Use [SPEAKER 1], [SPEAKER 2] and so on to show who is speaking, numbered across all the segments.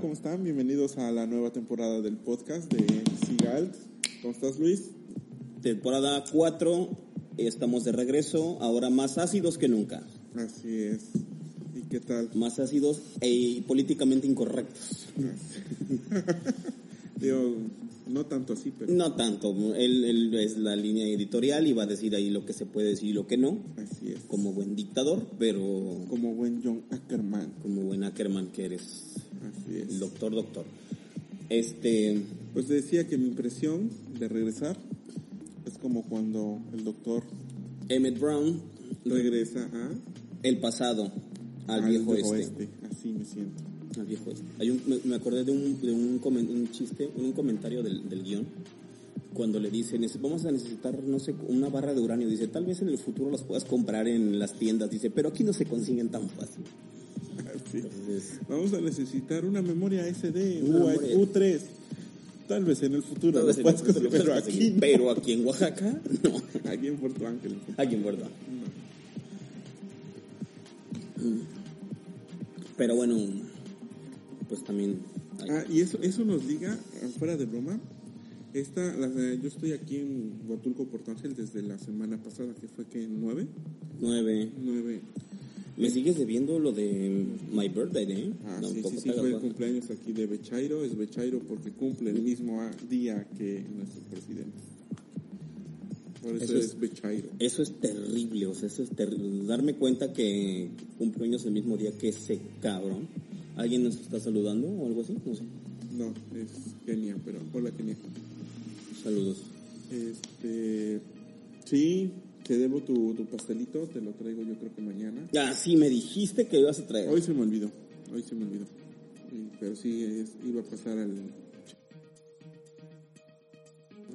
[SPEAKER 1] ¿Cómo están? Bienvenidos a la nueva temporada del podcast de Sigalt. ¿Cómo estás, Luis?
[SPEAKER 2] Temporada 4, estamos de regreso, ahora más ácidos que nunca.
[SPEAKER 1] Así es. ¿Y qué tal?
[SPEAKER 2] Más ácidos y políticamente incorrectos.
[SPEAKER 1] Digo, no tanto así, pero...
[SPEAKER 2] No tanto, él, él es la línea editorial y va a decir ahí lo que se puede decir y lo que no,
[SPEAKER 1] Así es.
[SPEAKER 2] como buen dictador, pero
[SPEAKER 1] Como buen John Ackerman.
[SPEAKER 2] como buen Ackerman que eres,
[SPEAKER 1] Así es.
[SPEAKER 2] el doctor, doctor. Este,
[SPEAKER 1] Pues te decía que mi impresión de regresar es como cuando el doctor
[SPEAKER 2] Emmett Brown,
[SPEAKER 1] regresa a...
[SPEAKER 2] el pasado al
[SPEAKER 1] al
[SPEAKER 2] viejo este.
[SPEAKER 1] viejo este.
[SPEAKER 2] oeste.
[SPEAKER 1] Así me siento.
[SPEAKER 2] Al viejo este. Hay un- me, me acordé de un, de un, comen- un chiste, un comentario del, del guión, cuando le dicen, "Es- vamos a necesitar, no sé, una barra de uranio. Dice, tal vez en el futuro las puedas comprar en las tiendas. Dice, pero aquí no se consiguen tan fácil.
[SPEAKER 1] Así.
[SPEAKER 2] Entonces,
[SPEAKER 1] Vamos a necesitar una memoria SD
[SPEAKER 2] Una
[SPEAKER 1] U-
[SPEAKER 2] memoria.
[SPEAKER 1] U3. Tal vez en el futuro,
[SPEAKER 2] tal
[SPEAKER 1] lo
[SPEAKER 2] vez en el
[SPEAKER 1] puedas
[SPEAKER 2] futuro
[SPEAKER 1] conseguir,
[SPEAKER 2] lo puedas
[SPEAKER 1] pero aquí
[SPEAKER 2] conseguir,
[SPEAKER 1] no.
[SPEAKER 2] pero aquí en Oaxaca, no.
[SPEAKER 1] Aquí en Puerto Ángel.
[SPEAKER 2] Aquí en Puerto. Pero bueno, pues también... hay-
[SPEAKER 1] Ah, y eso, eso nos liga, ah, fuera de broma, esta, la- eh, yo estoy aquí en Huatulco, Puerto Ángel desde la semana pasada, que fue que nueve,
[SPEAKER 2] Nueve.
[SPEAKER 1] nueve,
[SPEAKER 2] Me sigues debiendo lo de My Birthday, ¿eh?
[SPEAKER 1] ah,
[SPEAKER 2] No,
[SPEAKER 1] sí, sí,
[SPEAKER 2] tampoco
[SPEAKER 1] sí, fue
[SPEAKER 2] te
[SPEAKER 1] el
[SPEAKER 2] hagas baja.
[SPEAKER 1] cumpleaños aquí de Bechairo, es Bechairo porque cumple el mismo a- día que nuestro presidente. Por eso,
[SPEAKER 2] Eso es-
[SPEAKER 1] es Bechairo.
[SPEAKER 2] Eso es terrible, o sea, eso es terrible. Darme cuenta que cumple años el mismo día que ese cabrón. ¿Alguien nos está saludando o algo así? No sé.
[SPEAKER 1] No, es Kenia, pero hola Kenia.
[SPEAKER 2] Saludos.
[SPEAKER 1] Este, sí, te debo tu, tu pastelito, te lo traigo yo creo que mañana.
[SPEAKER 2] Ah, sí, me dijiste que ibas a traer.
[SPEAKER 1] Hoy se me olvidó, hoy se me olvidó. Y- Pero sí, es- iba a pasar al...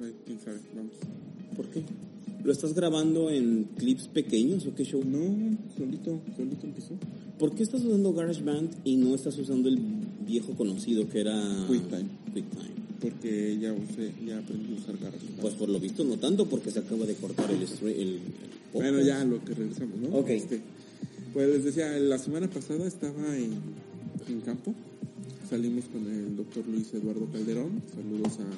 [SPEAKER 1] Ay, quién sabe, vamos.
[SPEAKER 2] ¿Por qué? ¿Lo estás grabando en clips pequeños o qué show?
[SPEAKER 1] No, solito, solito empezó.
[SPEAKER 2] ¿Por qué estás usando GarageBand y no estás usando el viejo conocido que era...
[SPEAKER 1] QuickTime.
[SPEAKER 2] QuickTime.
[SPEAKER 1] Porque ya usé, ya aprendí a usar GarageBand.
[SPEAKER 2] Pues por lo visto no tanto porque se acaba de cortar el... stre- el, el podcast.
[SPEAKER 1] bueno, ya lo que regresamos, ¿no?
[SPEAKER 2] Ok.
[SPEAKER 1] pues les decía, la semana pasada estaba en, en campo. Salimos con el doctor Luis Eduardo Calderón. Saludos a,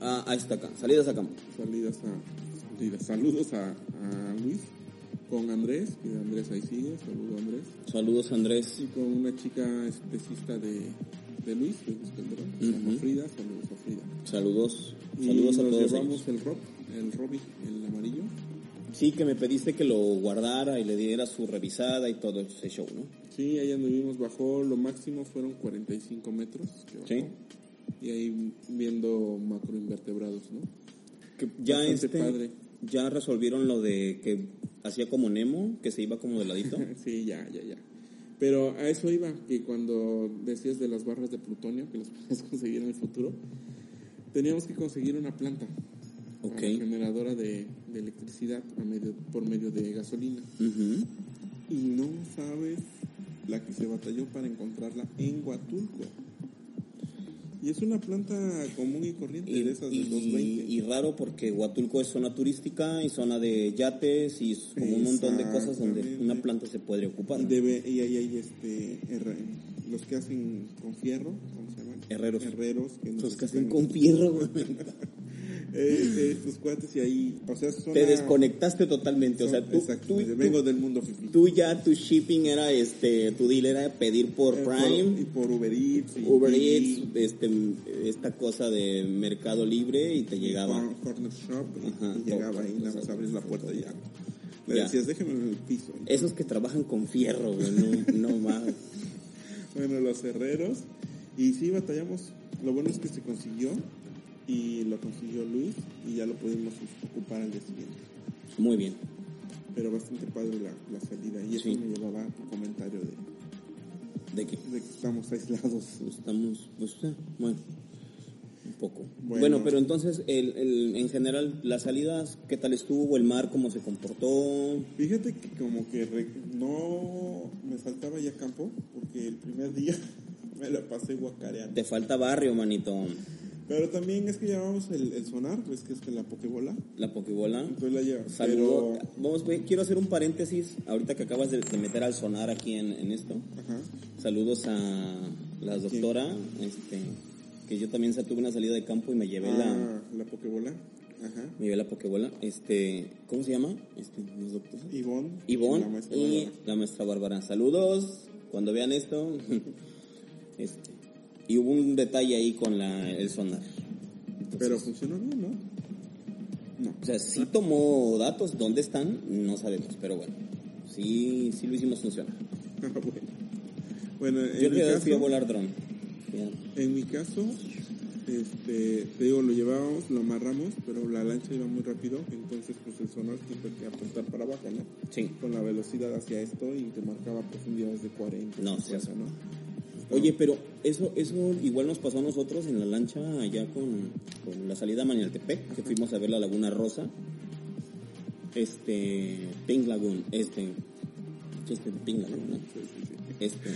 [SPEAKER 2] Ah, ahí está acá. Salidas acá.
[SPEAKER 1] salidas a, salidas. saludos a, a Luis con Andrés, que Andrés ahí sigue, saludo a Andrés,
[SPEAKER 2] Saludos Andrés.
[SPEAKER 1] y con una chica especista de, de Luis, de Luis Calderón, que se llama
[SPEAKER 2] Ujú.
[SPEAKER 1] Frida, saludos a Frida.
[SPEAKER 2] Saludos,
[SPEAKER 1] Y
[SPEAKER 2] saludos a
[SPEAKER 1] nos
[SPEAKER 2] todos.
[SPEAKER 1] llevamos
[SPEAKER 2] ellos.
[SPEAKER 1] el Rob, el Robby, el amarillo,
[SPEAKER 2] Sí, que me pediste que lo guardara y le diera su revisada y todo ese show, ¿no?
[SPEAKER 1] sí, ahí anduvimos, bajó, lo máximo fueron 45 metros, que bajó.
[SPEAKER 2] Sí.
[SPEAKER 1] y ahí viendo macroinvertebrados, ¿no?
[SPEAKER 2] Que ya
[SPEAKER 1] Bastante
[SPEAKER 2] este,
[SPEAKER 1] padre.
[SPEAKER 2] ya resolvieron lo de que hacía como Nemo, que se iba como de ladito.
[SPEAKER 1] Sí, ya, ya, ya. Pero a eso iba, que cuando decías de las barras de plutonio, que las puedes conseguir en el futuro, teníamos que conseguir una planta ah,
[SPEAKER 2] Ok.
[SPEAKER 1] generadora de, de electricidad a medio- por medio de gasolina.
[SPEAKER 2] Ujú.
[SPEAKER 1] Y no sabes la que se batalló para encontrarla en Huatulco. Y es una planta común y corriente
[SPEAKER 2] y,
[SPEAKER 1] de esas de
[SPEAKER 2] y-
[SPEAKER 1] 220.
[SPEAKER 2] y raro porque Huatulco es zona turística y zona de yates y es como un montón de cosas donde
[SPEAKER 1] Exactamente.
[SPEAKER 2] una planta se podría ocupar.
[SPEAKER 1] Y debe, y ahí hay este, herre- los que hacen con fierro, ¿cómo se llaman?
[SPEAKER 2] Herreros.
[SPEAKER 1] Herreros. Que
[SPEAKER 2] Esos
[SPEAKER 1] necesitan-
[SPEAKER 2] que hacen con fierro, güey.
[SPEAKER 1] Eh, eh, tus cuates y ahí, o sea, son...
[SPEAKER 2] Te desconectaste totalmente. O sea, tú,
[SPEAKER 1] Exacto,
[SPEAKER 2] tú-
[SPEAKER 1] yo vengo del mundo fifi.
[SPEAKER 2] tú ya tu shipping era este, tu deal era pedir por
[SPEAKER 1] Eh, por-
[SPEAKER 2] Prime.
[SPEAKER 1] y por Uber Eats. y-
[SPEAKER 2] Uber
[SPEAKER 1] y-
[SPEAKER 2] Eats, este, esta cosa de Mercado Libre y te
[SPEAKER 1] y
[SPEAKER 2] llegaba.
[SPEAKER 1] Cor- Corner Shop. y-
[SPEAKER 2] Ajá,
[SPEAKER 1] y llegaba ahí,
[SPEAKER 2] todo,
[SPEAKER 1] nada más
[SPEAKER 2] todo,
[SPEAKER 1] abres la puerta y ya. Le
[SPEAKER 2] Ya. Eh.
[SPEAKER 1] decías, déjeme en el piso. Y-
[SPEAKER 2] Esos que trabajan con fierro, güey, no, no más.
[SPEAKER 1] Bueno, los herreros. Y sí, batallamos. Lo bueno es que se consiguió. Y lo consiguió Luis. Y ya lo pudimos ocupar al día siguiente.
[SPEAKER 2] Muy bien.
[SPEAKER 1] Pero bastante padre la, la salida. Y eso
[SPEAKER 2] Sí.
[SPEAKER 1] me llevaba a tu comentario de,
[SPEAKER 2] ¿De qué?
[SPEAKER 1] de que estamos aislados.
[SPEAKER 2] Pues Estamos, pues, eh, bueno, un poco.
[SPEAKER 1] Bueno.
[SPEAKER 2] Bueno, pero entonces, el, el- en general, las salidas, ¿qué tal estuvo? ¿El mar cómo se comportó?
[SPEAKER 1] Fíjate que como que re- no me faltaba ya campo, porque el primer día me la pasé guacareando.
[SPEAKER 2] Te falta barrio, manito.
[SPEAKER 1] Pero también es que llevamos el, el sonar, pues que es que la pokebola.
[SPEAKER 2] La pokebola.
[SPEAKER 1] Entonces la llevo.
[SPEAKER 2] Saludo.
[SPEAKER 1] Pero,
[SPEAKER 2] Vamos, güey, quiero hacer un paréntesis ahorita que acabas de, de meter al sonar aquí en, en esto.
[SPEAKER 1] ajá,
[SPEAKER 2] Saludos a la doctora, este, que yo también sa- tuve una salida de campo y me llevé la,
[SPEAKER 1] Ah, la pokebola. Ajá.
[SPEAKER 2] me llevé la pokebola, este, ¿cómo se llama? Este, ¿no es doctora?
[SPEAKER 1] Ivonne. la
[SPEAKER 2] Ivonne
[SPEAKER 1] maestra
[SPEAKER 2] y
[SPEAKER 1] Bárbara.
[SPEAKER 2] la maestra Bárbara. Saludos cuando vean esto. Este, y hubo un detalle ahí con la, el sonar.
[SPEAKER 1] Pero funcionó bien, ¿no? No.
[SPEAKER 2] O sea, sí tomó datos, ¿dónde están? No sabemos, pero bueno, sí, sí lo hicimos funcionar.
[SPEAKER 1] bueno. Bueno,
[SPEAKER 2] Yo
[SPEAKER 1] en
[SPEAKER 2] en
[SPEAKER 1] mi,
[SPEAKER 2] realidad fui a
[SPEAKER 1] caso,
[SPEAKER 2] volar dron. Fui a-
[SPEAKER 1] en mi caso, este, te digo, lo llevábamos, lo amarramos, pero la lancha iba muy rápido, entonces pues el sonar siempre que apuntar para abajo, ¿no?
[SPEAKER 2] Sí.
[SPEAKER 1] Con la velocidad hacia esto y te marcaba pues, profundidades de 40.
[SPEAKER 2] No,
[SPEAKER 1] 50,
[SPEAKER 2] sí.
[SPEAKER 1] pues, ¿no?
[SPEAKER 2] Oye, pero eso, eso igual nos pasó a nosotros en la lancha allá con, con la salida a Manialtepec, que fuimos a ver la Laguna Rosa. Este, Pink Lagoon, este, este Pink Lagoon, ¿no?
[SPEAKER 1] Sí, sí, sí.
[SPEAKER 2] Este.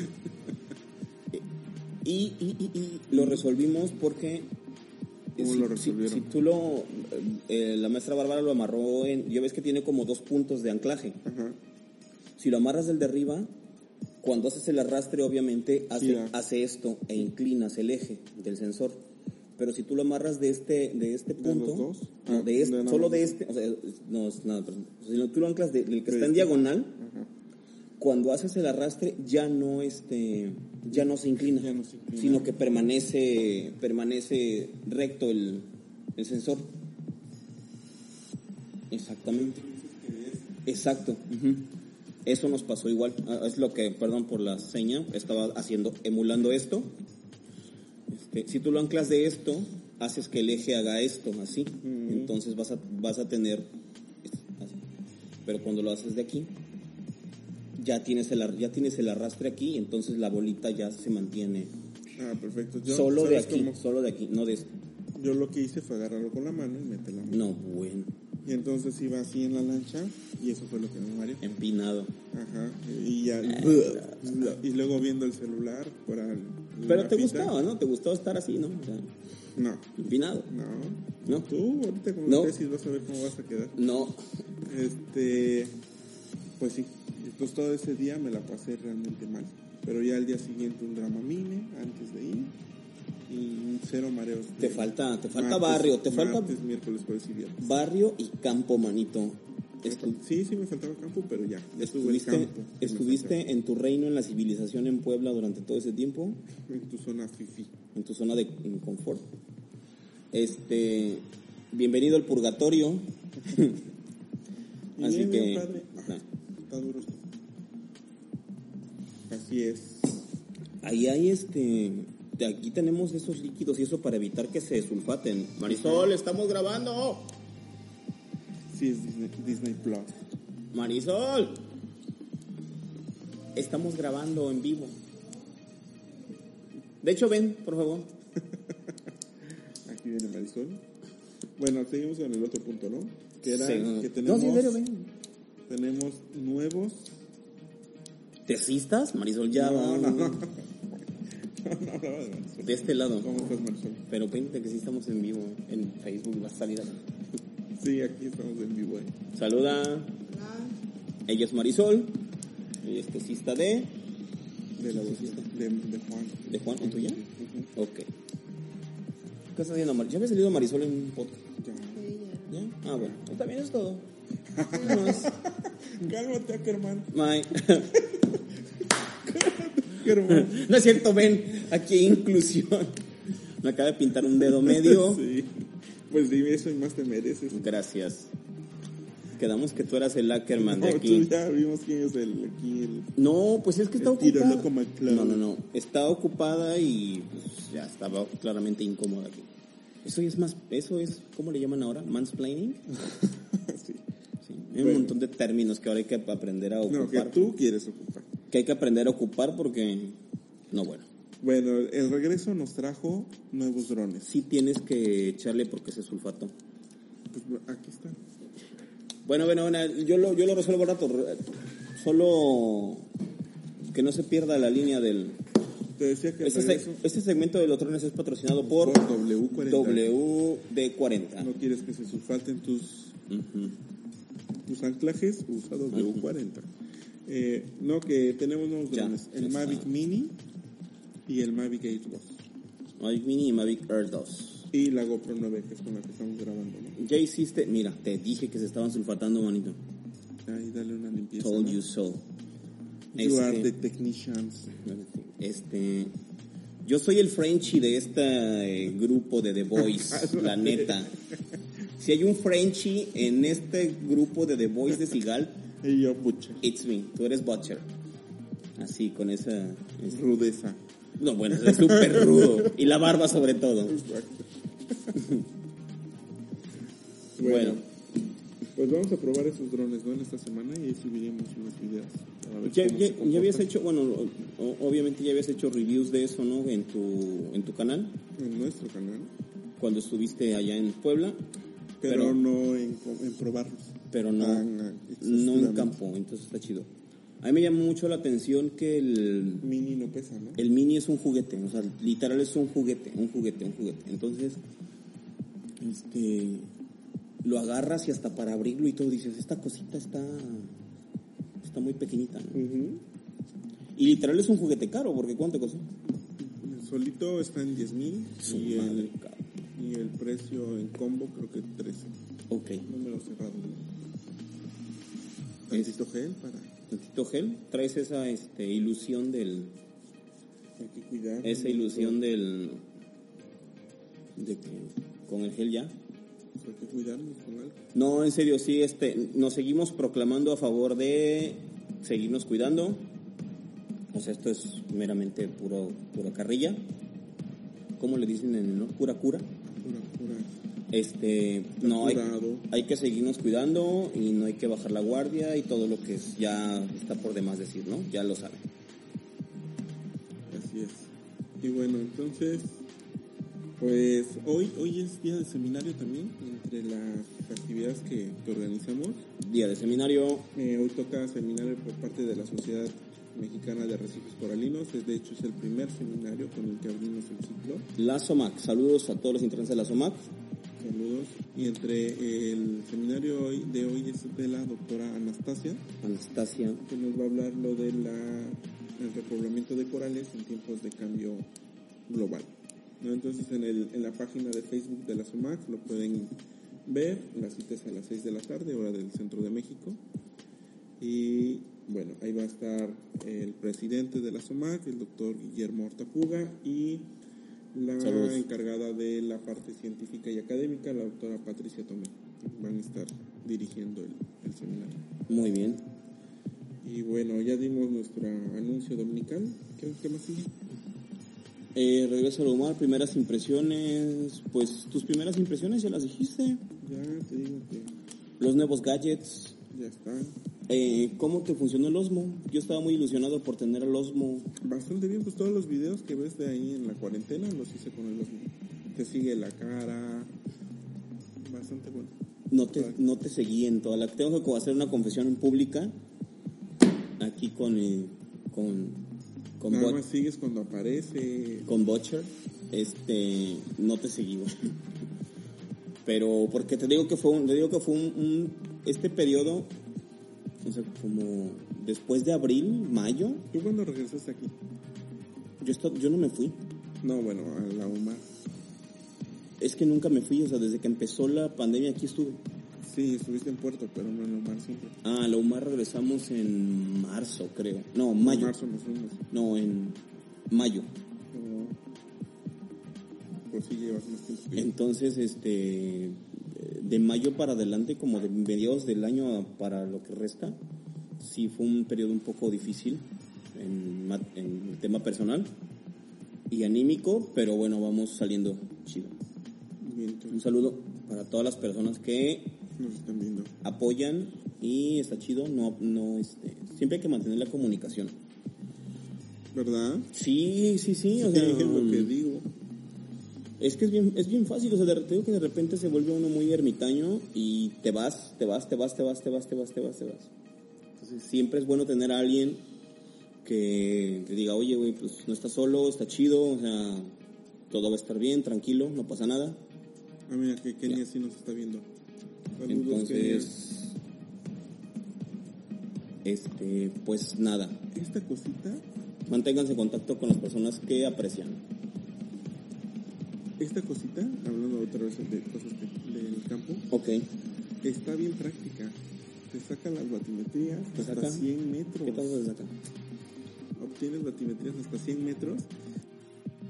[SPEAKER 2] Y, y- y- y lo resolvimos porque.
[SPEAKER 1] ¿Cómo
[SPEAKER 2] si,
[SPEAKER 1] lo
[SPEAKER 2] si-
[SPEAKER 1] resolvieron?
[SPEAKER 2] si tú lo. eh, la maestra Bárbara lo amarró en. Yo ves que tiene como dos puntos de anclaje.
[SPEAKER 1] Ajá.
[SPEAKER 2] Si lo amarras del de arriba, cuando haces el arrastre, obviamente hace,
[SPEAKER 1] Gira.
[SPEAKER 2] hace esto e inclinas el eje del sensor. Pero si tú lo amarras de este, de este
[SPEAKER 1] ¿De los
[SPEAKER 2] punto,
[SPEAKER 1] dos?
[SPEAKER 2] no,
[SPEAKER 1] Ah,
[SPEAKER 2] de este,
[SPEAKER 1] de nada
[SPEAKER 2] solo
[SPEAKER 1] más.
[SPEAKER 2] de este, o sea, no, es nada, perdón. si lo- tú lo anclas de- del que
[SPEAKER 1] De
[SPEAKER 2] está en
[SPEAKER 1] este.
[SPEAKER 2] diagonal,
[SPEAKER 1] Ajá.
[SPEAKER 2] cuando haces el arrastre ya no este ya no se inclina,
[SPEAKER 1] Ya no se inclina.
[SPEAKER 2] sino que permanece permanece recto el, el sensor exactamente exacto ujú. eso nos pasó igual Ah, es lo que perdón por la seña estaba haciendo emulando esto este, si tú lo anclas de esto haces que el eje haga esto así entonces vas a vas a tener así. pero cuando lo haces de aquí ya tienes el ar- ya tienes el arrastre aquí entonces la bolita ya se mantiene
[SPEAKER 1] Ah, perfecto. Yo,
[SPEAKER 2] solo de
[SPEAKER 1] ¿sabes
[SPEAKER 2] aquí
[SPEAKER 1] cómo?
[SPEAKER 2] solo de aquí no de este.
[SPEAKER 1] Yo lo que hice fue agarrarlo con la mano y meter la mano.
[SPEAKER 2] no bueno
[SPEAKER 1] Y entonces iba así en la lancha y eso fue lo que me mareó.
[SPEAKER 2] empinado
[SPEAKER 1] Ajá. Y ya.
[SPEAKER 2] Ah,
[SPEAKER 1] y luego viendo el celular para. el-
[SPEAKER 2] pero
[SPEAKER 1] la
[SPEAKER 2] te
[SPEAKER 1] pita.
[SPEAKER 2] gustaba no te gustaba estar así no O sea,
[SPEAKER 1] No,
[SPEAKER 2] empinado
[SPEAKER 1] no.
[SPEAKER 2] no
[SPEAKER 1] Tú ahorita con
[SPEAKER 2] No.
[SPEAKER 1] la tesis vas a ver cómo vas a quedar.
[SPEAKER 2] no
[SPEAKER 1] Este. Pues sí. Entonces todo ese día me la pasé realmente mal. Pero ya al día siguiente un dramamine antes de ir. Y cero mareos.
[SPEAKER 2] te falta te falta
[SPEAKER 1] Ah, pues,
[SPEAKER 2] barrio te falta
[SPEAKER 1] Martes, miércoles, jueves y viernes.
[SPEAKER 2] barrio y campo manito Estu-
[SPEAKER 1] Sí, sí me faltaba campo, pero ya. ya tuve el
[SPEAKER 2] estuviste
[SPEAKER 1] campo este que me faltaba.
[SPEAKER 2] estuviste en tu reino en la civilización en Puebla durante todo ese tiempo
[SPEAKER 1] en tu zona fifi.
[SPEAKER 2] en tu zona de confort. Este, bienvenido al purgatorio.
[SPEAKER 1] Y
[SPEAKER 2] Así
[SPEAKER 1] bien,
[SPEAKER 2] que
[SPEAKER 1] bien padre.
[SPEAKER 2] ajá.
[SPEAKER 1] Está duro esto. Así es.
[SPEAKER 2] ahí hay este, de aquí tenemos esos líquidos y eso para evitar que se sulfaten. Marisol, estamos grabando.
[SPEAKER 1] Sí, es Disney, Disney Plus.
[SPEAKER 2] Marisol, estamos grabando en vivo. De hecho, ven, por favor.
[SPEAKER 1] Aquí viene Marisol. Bueno, seguimos con el otro punto, ¿no? Que era
[SPEAKER 2] Sí, no,
[SPEAKER 1] que
[SPEAKER 2] no,
[SPEAKER 1] tenemos,
[SPEAKER 2] sí, en serio, ven.
[SPEAKER 1] tenemos nuevos.
[SPEAKER 2] ¿Tesistas? Marisol ya
[SPEAKER 1] no,
[SPEAKER 2] va
[SPEAKER 1] no, no. No hablaba de Marisol.
[SPEAKER 2] de este lado.
[SPEAKER 1] ¿Cómo estás, Marisol?
[SPEAKER 2] Pero vente que sí estamos en vivo en Facebook, va a salir acá.
[SPEAKER 1] Sí, aquí estamos en vivo. ¿eh?
[SPEAKER 2] Saluda. Ella es Marisol. Ella es tesista de,
[SPEAKER 1] De la bolsita. De, de Juan.
[SPEAKER 2] de Juan. ¿Y tuya?
[SPEAKER 1] Ujú.
[SPEAKER 2] Ok. ¿Qué estás haciendo, Marisol? ¿Ya había salido Marisol en un podcast?
[SPEAKER 1] Ya.
[SPEAKER 2] ¿Ya? Ah, bueno.
[SPEAKER 1] Pues
[SPEAKER 2] Está bien, es todo. Nada más.
[SPEAKER 1] Cálmate, Ackerman.
[SPEAKER 2] Bye.
[SPEAKER 1] Ackerman.
[SPEAKER 2] No es cierto, ven. Aquí hay inclusión. Me acaba de pintar un dedo medio.
[SPEAKER 1] Sí. Pues dime eso y más te mereces.
[SPEAKER 2] Gracias. Quedamos que tú eras el Ackerman de
[SPEAKER 1] No,
[SPEAKER 2] aquí.
[SPEAKER 1] tú ya vimos quién es el aquí el.
[SPEAKER 2] No, pues es que está
[SPEAKER 1] El tiro
[SPEAKER 2] ocupada.
[SPEAKER 1] loco McCloud.
[SPEAKER 2] no, no, no. Está ocupada y pues, ya estaba claramente incómoda aquí. Eso es más, eso es, ¿cómo le llaman ahora? Mansplaining.
[SPEAKER 1] sí.
[SPEAKER 2] Sí. Hay un
[SPEAKER 1] Bueno.
[SPEAKER 2] montón de términos que ahora hay que aprender a ocupar.
[SPEAKER 1] No, que tú quieres ocupar.
[SPEAKER 2] Que hay que aprender a ocupar porque, no, bueno.
[SPEAKER 1] Bueno, el regreso nos trajo nuevos drones.
[SPEAKER 2] Sí tienes que echarle porque se sulfato.
[SPEAKER 1] Pues, aquí está.
[SPEAKER 2] Bueno, bueno, bueno, yo lo, yo lo resuelvo al rato. Re- Solo que no se pierda la línea del...
[SPEAKER 1] Te decía que el
[SPEAKER 2] Este,
[SPEAKER 1] regreso
[SPEAKER 2] se- este segmento de los trones es patrocinado por,
[SPEAKER 1] por W40.
[SPEAKER 2] WD40.
[SPEAKER 1] No quieres que se sulfaten tus, tus anclajes, usa W40. Eh, no, que tenemos nuevos
[SPEAKER 2] Ya,
[SPEAKER 1] drones.
[SPEAKER 2] ya
[SPEAKER 1] El
[SPEAKER 2] está.
[SPEAKER 1] Mavic Mini y el Mavic Air 2.
[SPEAKER 2] Mavic Mini y Mavic Air 2.
[SPEAKER 1] Y la GoPro 9, que es con la que estamos grabando, ¿no?
[SPEAKER 2] Ya hiciste, mira, te dije que se estaban sulfatando, manito.
[SPEAKER 1] Ahí dale una limpieza.
[SPEAKER 2] Told
[SPEAKER 1] ¿no?
[SPEAKER 2] you so.
[SPEAKER 1] You are the
[SPEAKER 2] Este,
[SPEAKER 1] technicians.
[SPEAKER 2] este, yo soy el Frenchie de este eh, grupo de The Voice, la neta. Si hay un Frenchie en este grupo de The Voice de Sigal,
[SPEAKER 1] Y yo, pucha,
[SPEAKER 2] it's me, tú eres Butcher. Así, con esa... es-
[SPEAKER 1] rudeza.
[SPEAKER 2] no, bueno, es súper rudo. Y la barba sobre todo.
[SPEAKER 1] Bueno,
[SPEAKER 2] Bueno,
[SPEAKER 1] pues vamos a probar esos drones, ¿no? En esta semana y ahí subiremos unos videos. para ver
[SPEAKER 2] ya,
[SPEAKER 1] cómo se
[SPEAKER 2] ya- ya
[SPEAKER 1] comportan.
[SPEAKER 2] habías hecho, bueno, o- o- obviamente ya habías hecho reviews de eso, ¿no? En tu, en tu canal,
[SPEAKER 1] En nuestro canal,
[SPEAKER 2] cuando estuviste allá en Puebla.
[SPEAKER 1] pero,
[SPEAKER 2] Pero-
[SPEAKER 1] no en, co- en probarlos.
[SPEAKER 2] pero no,
[SPEAKER 1] Ah, no,
[SPEAKER 2] no en
[SPEAKER 1] exclusivamente.
[SPEAKER 2] campo, entonces está chido. A mí me llamó mucho la atención que el,
[SPEAKER 1] Mini no pesa, ¿no?
[SPEAKER 2] el mini es un juguete, o sea, literal es un juguete, un juguete, un juguete. Entonces, este, lo agarras y hasta para abrirlo y todo dices, esta cosita está, está muy pequeñita, ¿no?
[SPEAKER 1] Ujú.
[SPEAKER 2] Y literal es un juguete caro, porque ¿cuánto costó?
[SPEAKER 1] El solito está en 10 mil
[SPEAKER 2] Su
[SPEAKER 1] y
[SPEAKER 2] madre,
[SPEAKER 1] el,
[SPEAKER 2] cabrón.
[SPEAKER 1] y el precio en combo creo que 13.
[SPEAKER 2] Ok,
[SPEAKER 1] Número cerrado. Tantito gel para...
[SPEAKER 2] tantito gel, traes esa este, ilusión del,
[SPEAKER 1] Hay que cuidar.
[SPEAKER 2] esa ilusión del, de que con el gel ya,
[SPEAKER 1] Hay que cuidarnos con algo.
[SPEAKER 2] No, en serio, sí, este, nos seguimos proclamando a favor de seguirnos cuidando. O sea, esto es meramente puro, pura carrilla. ¿Cómo le dicen en el no? Pura cura.
[SPEAKER 1] Pura, pura...
[SPEAKER 2] Este, no, hay,
[SPEAKER 1] curado.
[SPEAKER 2] hay que seguirnos cuidando y no hay que bajar la guardia y todo lo que es- ya está por demás decir, ¿no? Ya lo saben.
[SPEAKER 1] Así es. Y bueno, entonces, pues hoy, hoy es día de seminario también, entre las actividades que, que organizamos.
[SPEAKER 2] Día de seminario,
[SPEAKER 1] Eh, hoy toca seminario por parte de la Sociedad Mexicana de Arrecifes Coralinos, es, de hecho es el primer seminario con el que abrimos el ciclo.
[SPEAKER 2] la SOMAC. Saludos a todos los integrantes de la SOMAC.
[SPEAKER 1] Saludos. Y entre el seminario hoy- de hoy es de la doctora Anastasia,
[SPEAKER 2] Anastasia.
[SPEAKER 1] que nos va a hablar lo de la el repoblamiento de corales en tiempos de cambio global. ¿no? Entonces en, el, en la página de Facebook de la SOMAC lo pueden ver, la cita es a las 6 de la tarde, hora del centro de México. Y bueno, ahí va a estar el presidente de la SOMAC, el doctor Guillermo Hortapuga, y la
[SPEAKER 2] Saludos.
[SPEAKER 1] encargada de la parte científica y académica, la doctora Patricia Tomé. Van a estar dirigiendo el- el seminario.
[SPEAKER 2] Muy bien.
[SPEAKER 1] Y bueno, ya dimos nuestro anuncio dominical. ¿Qué, qué más sigue?
[SPEAKER 2] Eh, regreso al humor, primeras impresiones. Pues tus primeras impresiones ya las dijiste.
[SPEAKER 1] Ya te digo que
[SPEAKER 2] Los nuevos gadgets.
[SPEAKER 1] ya está.
[SPEAKER 2] Eh, ¿Cómo te funcionó el Osmo? Yo estaba muy ilusionado por tener el Osmo.
[SPEAKER 1] Bastante bien, pues todos los videos que ves de ahí en la cuarentena los hice con el Osmo. Te sigue la cara. Bastante bueno.
[SPEAKER 2] No te, no te seguí en toda la. Tengo que co- hacer una confesión pública. Aquí con. eh, con. Con,
[SPEAKER 1] Nada
[SPEAKER 2] Bot-
[SPEAKER 1] más sigues cuando aparece.
[SPEAKER 2] con Butcher. Este. No te seguí, güey. Pero porque te digo que fue un. Te digo que fue un- un este periodo. O sea, como. Después de abril, mayo,
[SPEAKER 1] ¿Tú cuando regresaste aquí?
[SPEAKER 2] Yo, esta- yo no me fui.
[SPEAKER 1] No, bueno, a la UMA.
[SPEAKER 2] Es que nunca me fui. O sea, desde que empezó la pandemia aquí estuve.
[SPEAKER 1] Sí, estuviste en Puerto, pero no en la UMA siempre.
[SPEAKER 2] Ah, a la UMAR regresamos en marzo, creo. No,
[SPEAKER 1] En
[SPEAKER 2] mayo.
[SPEAKER 1] marzo nos fuimos.
[SPEAKER 2] No, en mayo.
[SPEAKER 1] No. Pues sí, llevas más tiempo que yo.
[SPEAKER 2] Entonces, este... De mayo para adelante, como de mediados del año a- para lo que resta, sí fue un periodo un poco difícil en, ma- en el tema personal y anímico, pero bueno, vamos saliendo chido.
[SPEAKER 1] Bien,
[SPEAKER 2] Un
[SPEAKER 1] entonces,
[SPEAKER 2] saludo para todas las personas que
[SPEAKER 1] nos están viendo.
[SPEAKER 2] apoyan y está chido, no, no, este, siempre hay que mantener la comunicación.
[SPEAKER 1] ¿Verdad?
[SPEAKER 2] Sí, sí, sí, o
[SPEAKER 1] Sí,
[SPEAKER 2] sea,
[SPEAKER 1] es lo
[SPEAKER 2] mm.
[SPEAKER 1] que digo.
[SPEAKER 2] es que es bien, es bien fácil, o sea, de, te digo que de repente se vuelve uno muy ermitaño y te vas, te vas, te vas, te vas, te vas, te vas, te vas, te vas. Entonces siempre es bueno tener a alguien que te diga, oye, güey, pues no estás solo, está chido, o sea, todo va a estar bien, tranquilo, no pasa nada.
[SPEAKER 1] Ah, mira, que Kenia sí nos está viendo. Saludos,
[SPEAKER 2] Entonces, este, pues nada,
[SPEAKER 1] Kenia. Esta cosita
[SPEAKER 2] Manténganse en contacto con las personas que aprecian.
[SPEAKER 1] Esta cosita, hablando otra vez de cosas de- del campo,
[SPEAKER 2] Ok.
[SPEAKER 1] está bien práctica. Te saca las batimetrías
[SPEAKER 2] ¿Te
[SPEAKER 1] hasta
[SPEAKER 2] saca?
[SPEAKER 1] 100
[SPEAKER 2] ¿Qué tal
[SPEAKER 1] metros.
[SPEAKER 2] desde acá?
[SPEAKER 1] Obtienes batimetrías hasta 100 metros.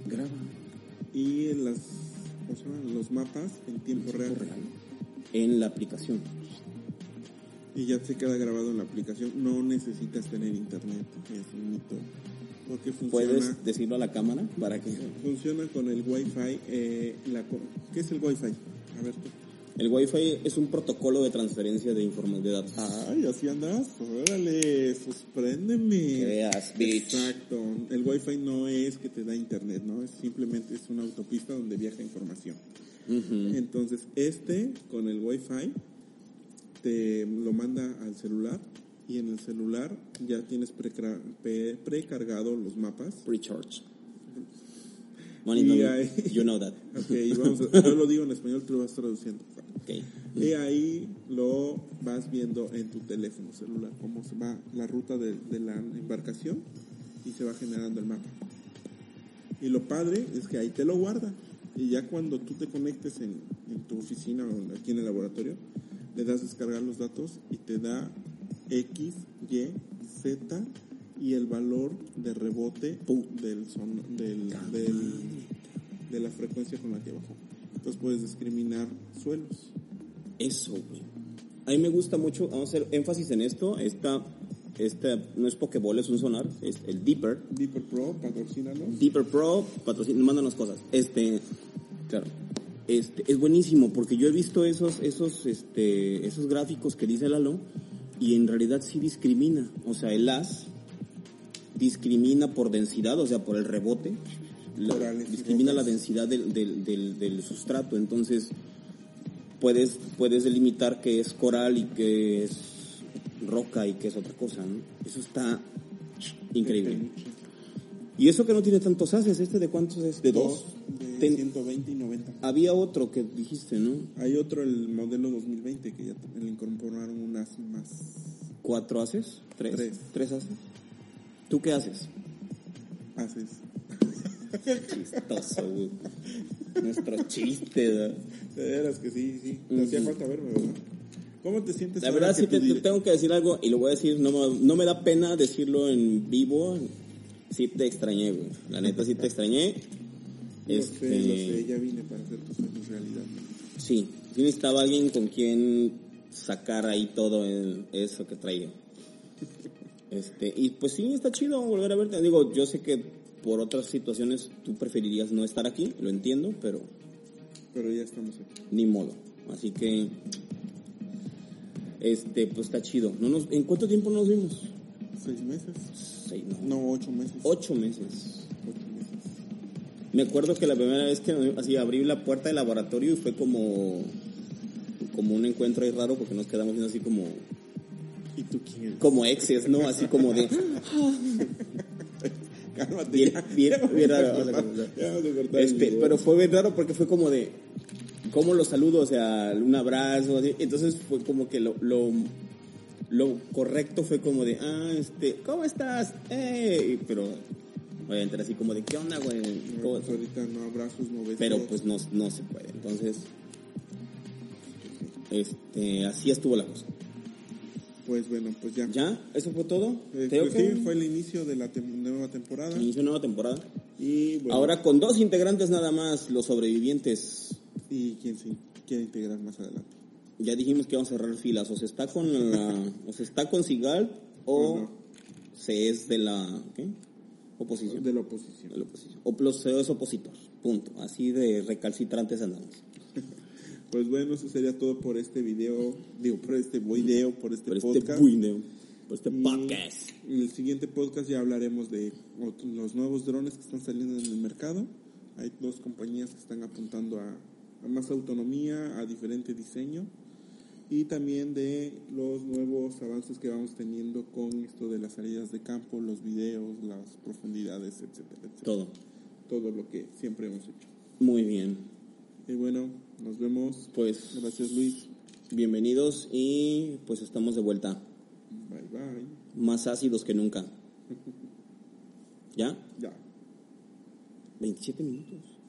[SPEAKER 1] Graba. Y en las, o sea, los mapas en tiempo real.
[SPEAKER 2] En la aplicación.
[SPEAKER 1] Y ya se queda grabado en la aplicación. No necesitas tener internet. Es un mito. Porque funciona.
[SPEAKER 2] ¿Puedes decirlo a la cámara para que...
[SPEAKER 1] Funciona con el Wi-Fi. eh, la co- ¿Qué es el Wi-Fi? A ver tú.
[SPEAKER 2] El Wi-Fi es un protocolo de transferencia de información de datos.
[SPEAKER 1] Ay, así andas. Órale,
[SPEAKER 2] Que
[SPEAKER 1] sorpréndeme.
[SPEAKER 2] veas, bitch.
[SPEAKER 1] Exacto. El Wi-Fi no es que te da internet, ¿no? Es simplemente es una autopista donde viaja información.
[SPEAKER 2] Ujú.
[SPEAKER 1] Entonces, este con el Wi-Fi te lo manda al celular y en el celular ya tienes precra- pe- precargado los mapas.
[SPEAKER 2] Recharge.
[SPEAKER 1] Y
[SPEAKER 2] Money, money.
[SPEAKER 1] ahí-
[SPEAKER 2] You know that.
[SPEAKER 1] Ok, vamos a- yo lo digo en español, tú lo vas traduciendo.
[SPEAKER 2] Ok.
[SPEAKER 1] Y ahí lo vas viendo en tu teléfono celular, cómo se va la ruta de, de la embarcación y se va generando el mapa. Y lo padre es que ahí te lo guarda. Y ya cuando tú te conectes en, en tu oficina o aquí en el laboratorio, le das descargar los datos y te da X, Y, Z y el valor de rebote del son, del, del- de la frecuencia con la que bajó. Entonces puedes discriminar suelos.
[SPEAKER 2] Eso, güey. A mí me gusta mucho, vamos a hacer énfasis en esto, esta, esta no es Pokéball, es un sonar, es el Deeper.
[SPEAKER 1] Deeper Pro, patrocínanos.
[SPEAKER 2] Deeper Pro, patrocina, mándanos cosas. Este, claro. Este, es buenísimo porque yo he visto esos, esos, este, esos gráficos que dice Lalo y en realidad sí discrimina. O sea, el AS discrimina por densidad, o sea, por el rebote. la-
[SPEAKER 1] Corales y
[SPEAKER 2] discrimina la
[SPEAKER 1] rocas.
[SPEAKER 2] densidad del, del- del- del sustrato. Entonces, puedes, puedes delimitar qué es coral y qué es roca y qué es otra cosa, ¿no? Eso está increíble. Y eso que no tiene tantos haces, ¿este de cuántos es? De dos.
[SPEAKER 1] Este, De
[SPEAKER 2] Ten-
[SPEAKER 1] 120 y 90.
[SPEAKER 2] había otro que dijiste, ¿no?
[SPEAKER 1] Hay otro, el modelo 2020, que ya te- le incorporaron unas más
[SPEAKER 2] ¿Cuatro haces? ¿Tres?
[SPEAKER 1] Tres.
[SPEAKER 2] ¿Tres haces? ¿Tú qué haces?
[SPEAKER 1] haces.
[SPEAKER 2] Chistoso, güey. Nuestro chiste, ¿verdad?
[SPEAKER 1] De veras que sí, sí. Te
[SPEAKER 2] Ujú.
[SPEAKER 1] hacía falta verme, ¿verdad? ¿Cómo te sientes
[SPEAKER 2] La
[SPEAKER 1] ahora
[SPEAKER 2] verdad
[SPEAKER 1] que
[SPEAKER 2] sí
[SPEAKER 1] tu
[SPEAKER 2] te, te
[SPEAKER 1] dire-
[SPEAKER 2] tengo que decir algo y lo voy a decir, no, me- no me da pena decirlo en vivo. Sí te extrañé, güey. La neta sí te extrañé.
[SPEAKER 1] Lo
[SPEAKER 2] este
[SPEAKER 1] sé, lo sé, ya vine para hacer tus sueños realidad.
[SPEAKER 2] Sí, sí necesitaba alguien con quien sacar ahí todo el- eso que traigo. Este, y pues sí, está chido volver a verte. Digo, yo sé que por otras situaciones tú preferirías no estar aquí, lo entiendo, pero
[SPEAKER 1] Pero ya estamos aquí.
[SPEAKER 2] ni modo. Así que, este, pues está chido. No nos, ¿En cuánto tiempo nos vimos?
[SPEAKER 1] ¿Seis meses?
[SPEAKER 2] Seis, no,
[SPEAKER 1] No, ocho meses.
[SPEAKER 2] Ocho meses.
[SPEAKER 1] Ocho meses.
[SPEAKER 2] Me acuerdo que la primera vez que así abrí la puerta del laboratorio y fue como, como un encuentro ahí raro porque nos quedamos viendo así como,
[SPEAKER 1] ¿Y tú quién eres?
[SPEAKER 2] como exes, ¿no? Así como de
[SPEAKER 1] Cálmate.
[SPEAKER 2] bien,
[SPEAKER 1] ya.
[SPEAKER 2] bien, bien raro. o sea, como-
[SPEAKER 1] Ya vamos a cortar el
[SPEAKER 2] Este,
[SPEAKER 1] video.
[SPEAKER 2] pero fue bien raro porque fue como de cómo lo saludo, o sea, un abrazo, así. Entonces fue como que lo, lo, lo correcto fue como de, ah, este, ¿cómo estás? Eh, y- pero obviamente era así como de, ¿qué onda, güey?
[SPEAKER 1] No,
[SPEAKER 2] ¿Cómo-
[SPEAKER 1] pues ahorita no abrazos, no besos.
[SPEAKER 2] Pero pues no, no se puede. Entonces, este, así estuvo la cosa.
[SPEAKER 1] Pues bueno, pues ya.
[SPEAKER 2] ¿Ya? ¿Eso fue todo?
[SPEAKER 1] Eh,
[SPEAKER 2] Creo
[SPEAKER 1] pues
[SPEAKER 2] que
[SPEAKER 1] sí, fue el inicio de la tem- nueva temporada.
[SPEAKER 2] inició nueva temporada.
[SPEAKER 1] Y bueno,
[SPEAKER 2] Ahora con dos integrantes nada más, los sobrevivientes.
[SPEAKER 1] y quien se quiere integrar más adelante.
[SPEAKER 2] Ya dijimos que vamos a cerrar filas. O se está con la, o se está con Sigal o
[SPEAKER 1] Ajá.
[SPEAKER 2] se es de la ¿qué? oposición.
[SPEAKER 1] De la oposición.
[SPEAKER 2] De la oposición. O los- se es opositor. Punto. Así de recalcitrantes andamos.
[SPEAKER 1] Pues bueno, eso sería todo por este video, digo, por este video, por este
[SPEAKER 2] Por este
[SPEAKER 1] podcast. Mm.
[SPEAKER 2] video, por este
[SPEAKER 1] Y
[SPEAKER 2] podcast.
[SPEAKER 1] En el siguiente podcast ya hablaremos de ot- los nuevos drones que están saliendo en el mercado. Hay dos compañías que están apuntando a, a más autonomía, a diferente diseño. Y también de los nuevos avances que vamos teniendo con esto de las salidas de campo, los videos, las profundidades, etcétera, etcétera.
[SPEAKER 2] Todo.
[SPEAKER 1] Todo lo que siempre hemos hecho.
[SPEAKER 2] Muy bien.
[SPEAKER 1] Y bueno, nos vemos.
[SPEAKER 2] Pues
[SPEAKER 1] Gracias Luis.
[SPEAKER 2] bienvenidos y pues estamos de vuelta.
[SPEAKER 1] Bye bye.
[SPEAKER 2] Más ácidos que nunca. ¿Ya?
[SPEAKER 1] Ya.
[SPEAKER 2] 27 minutos.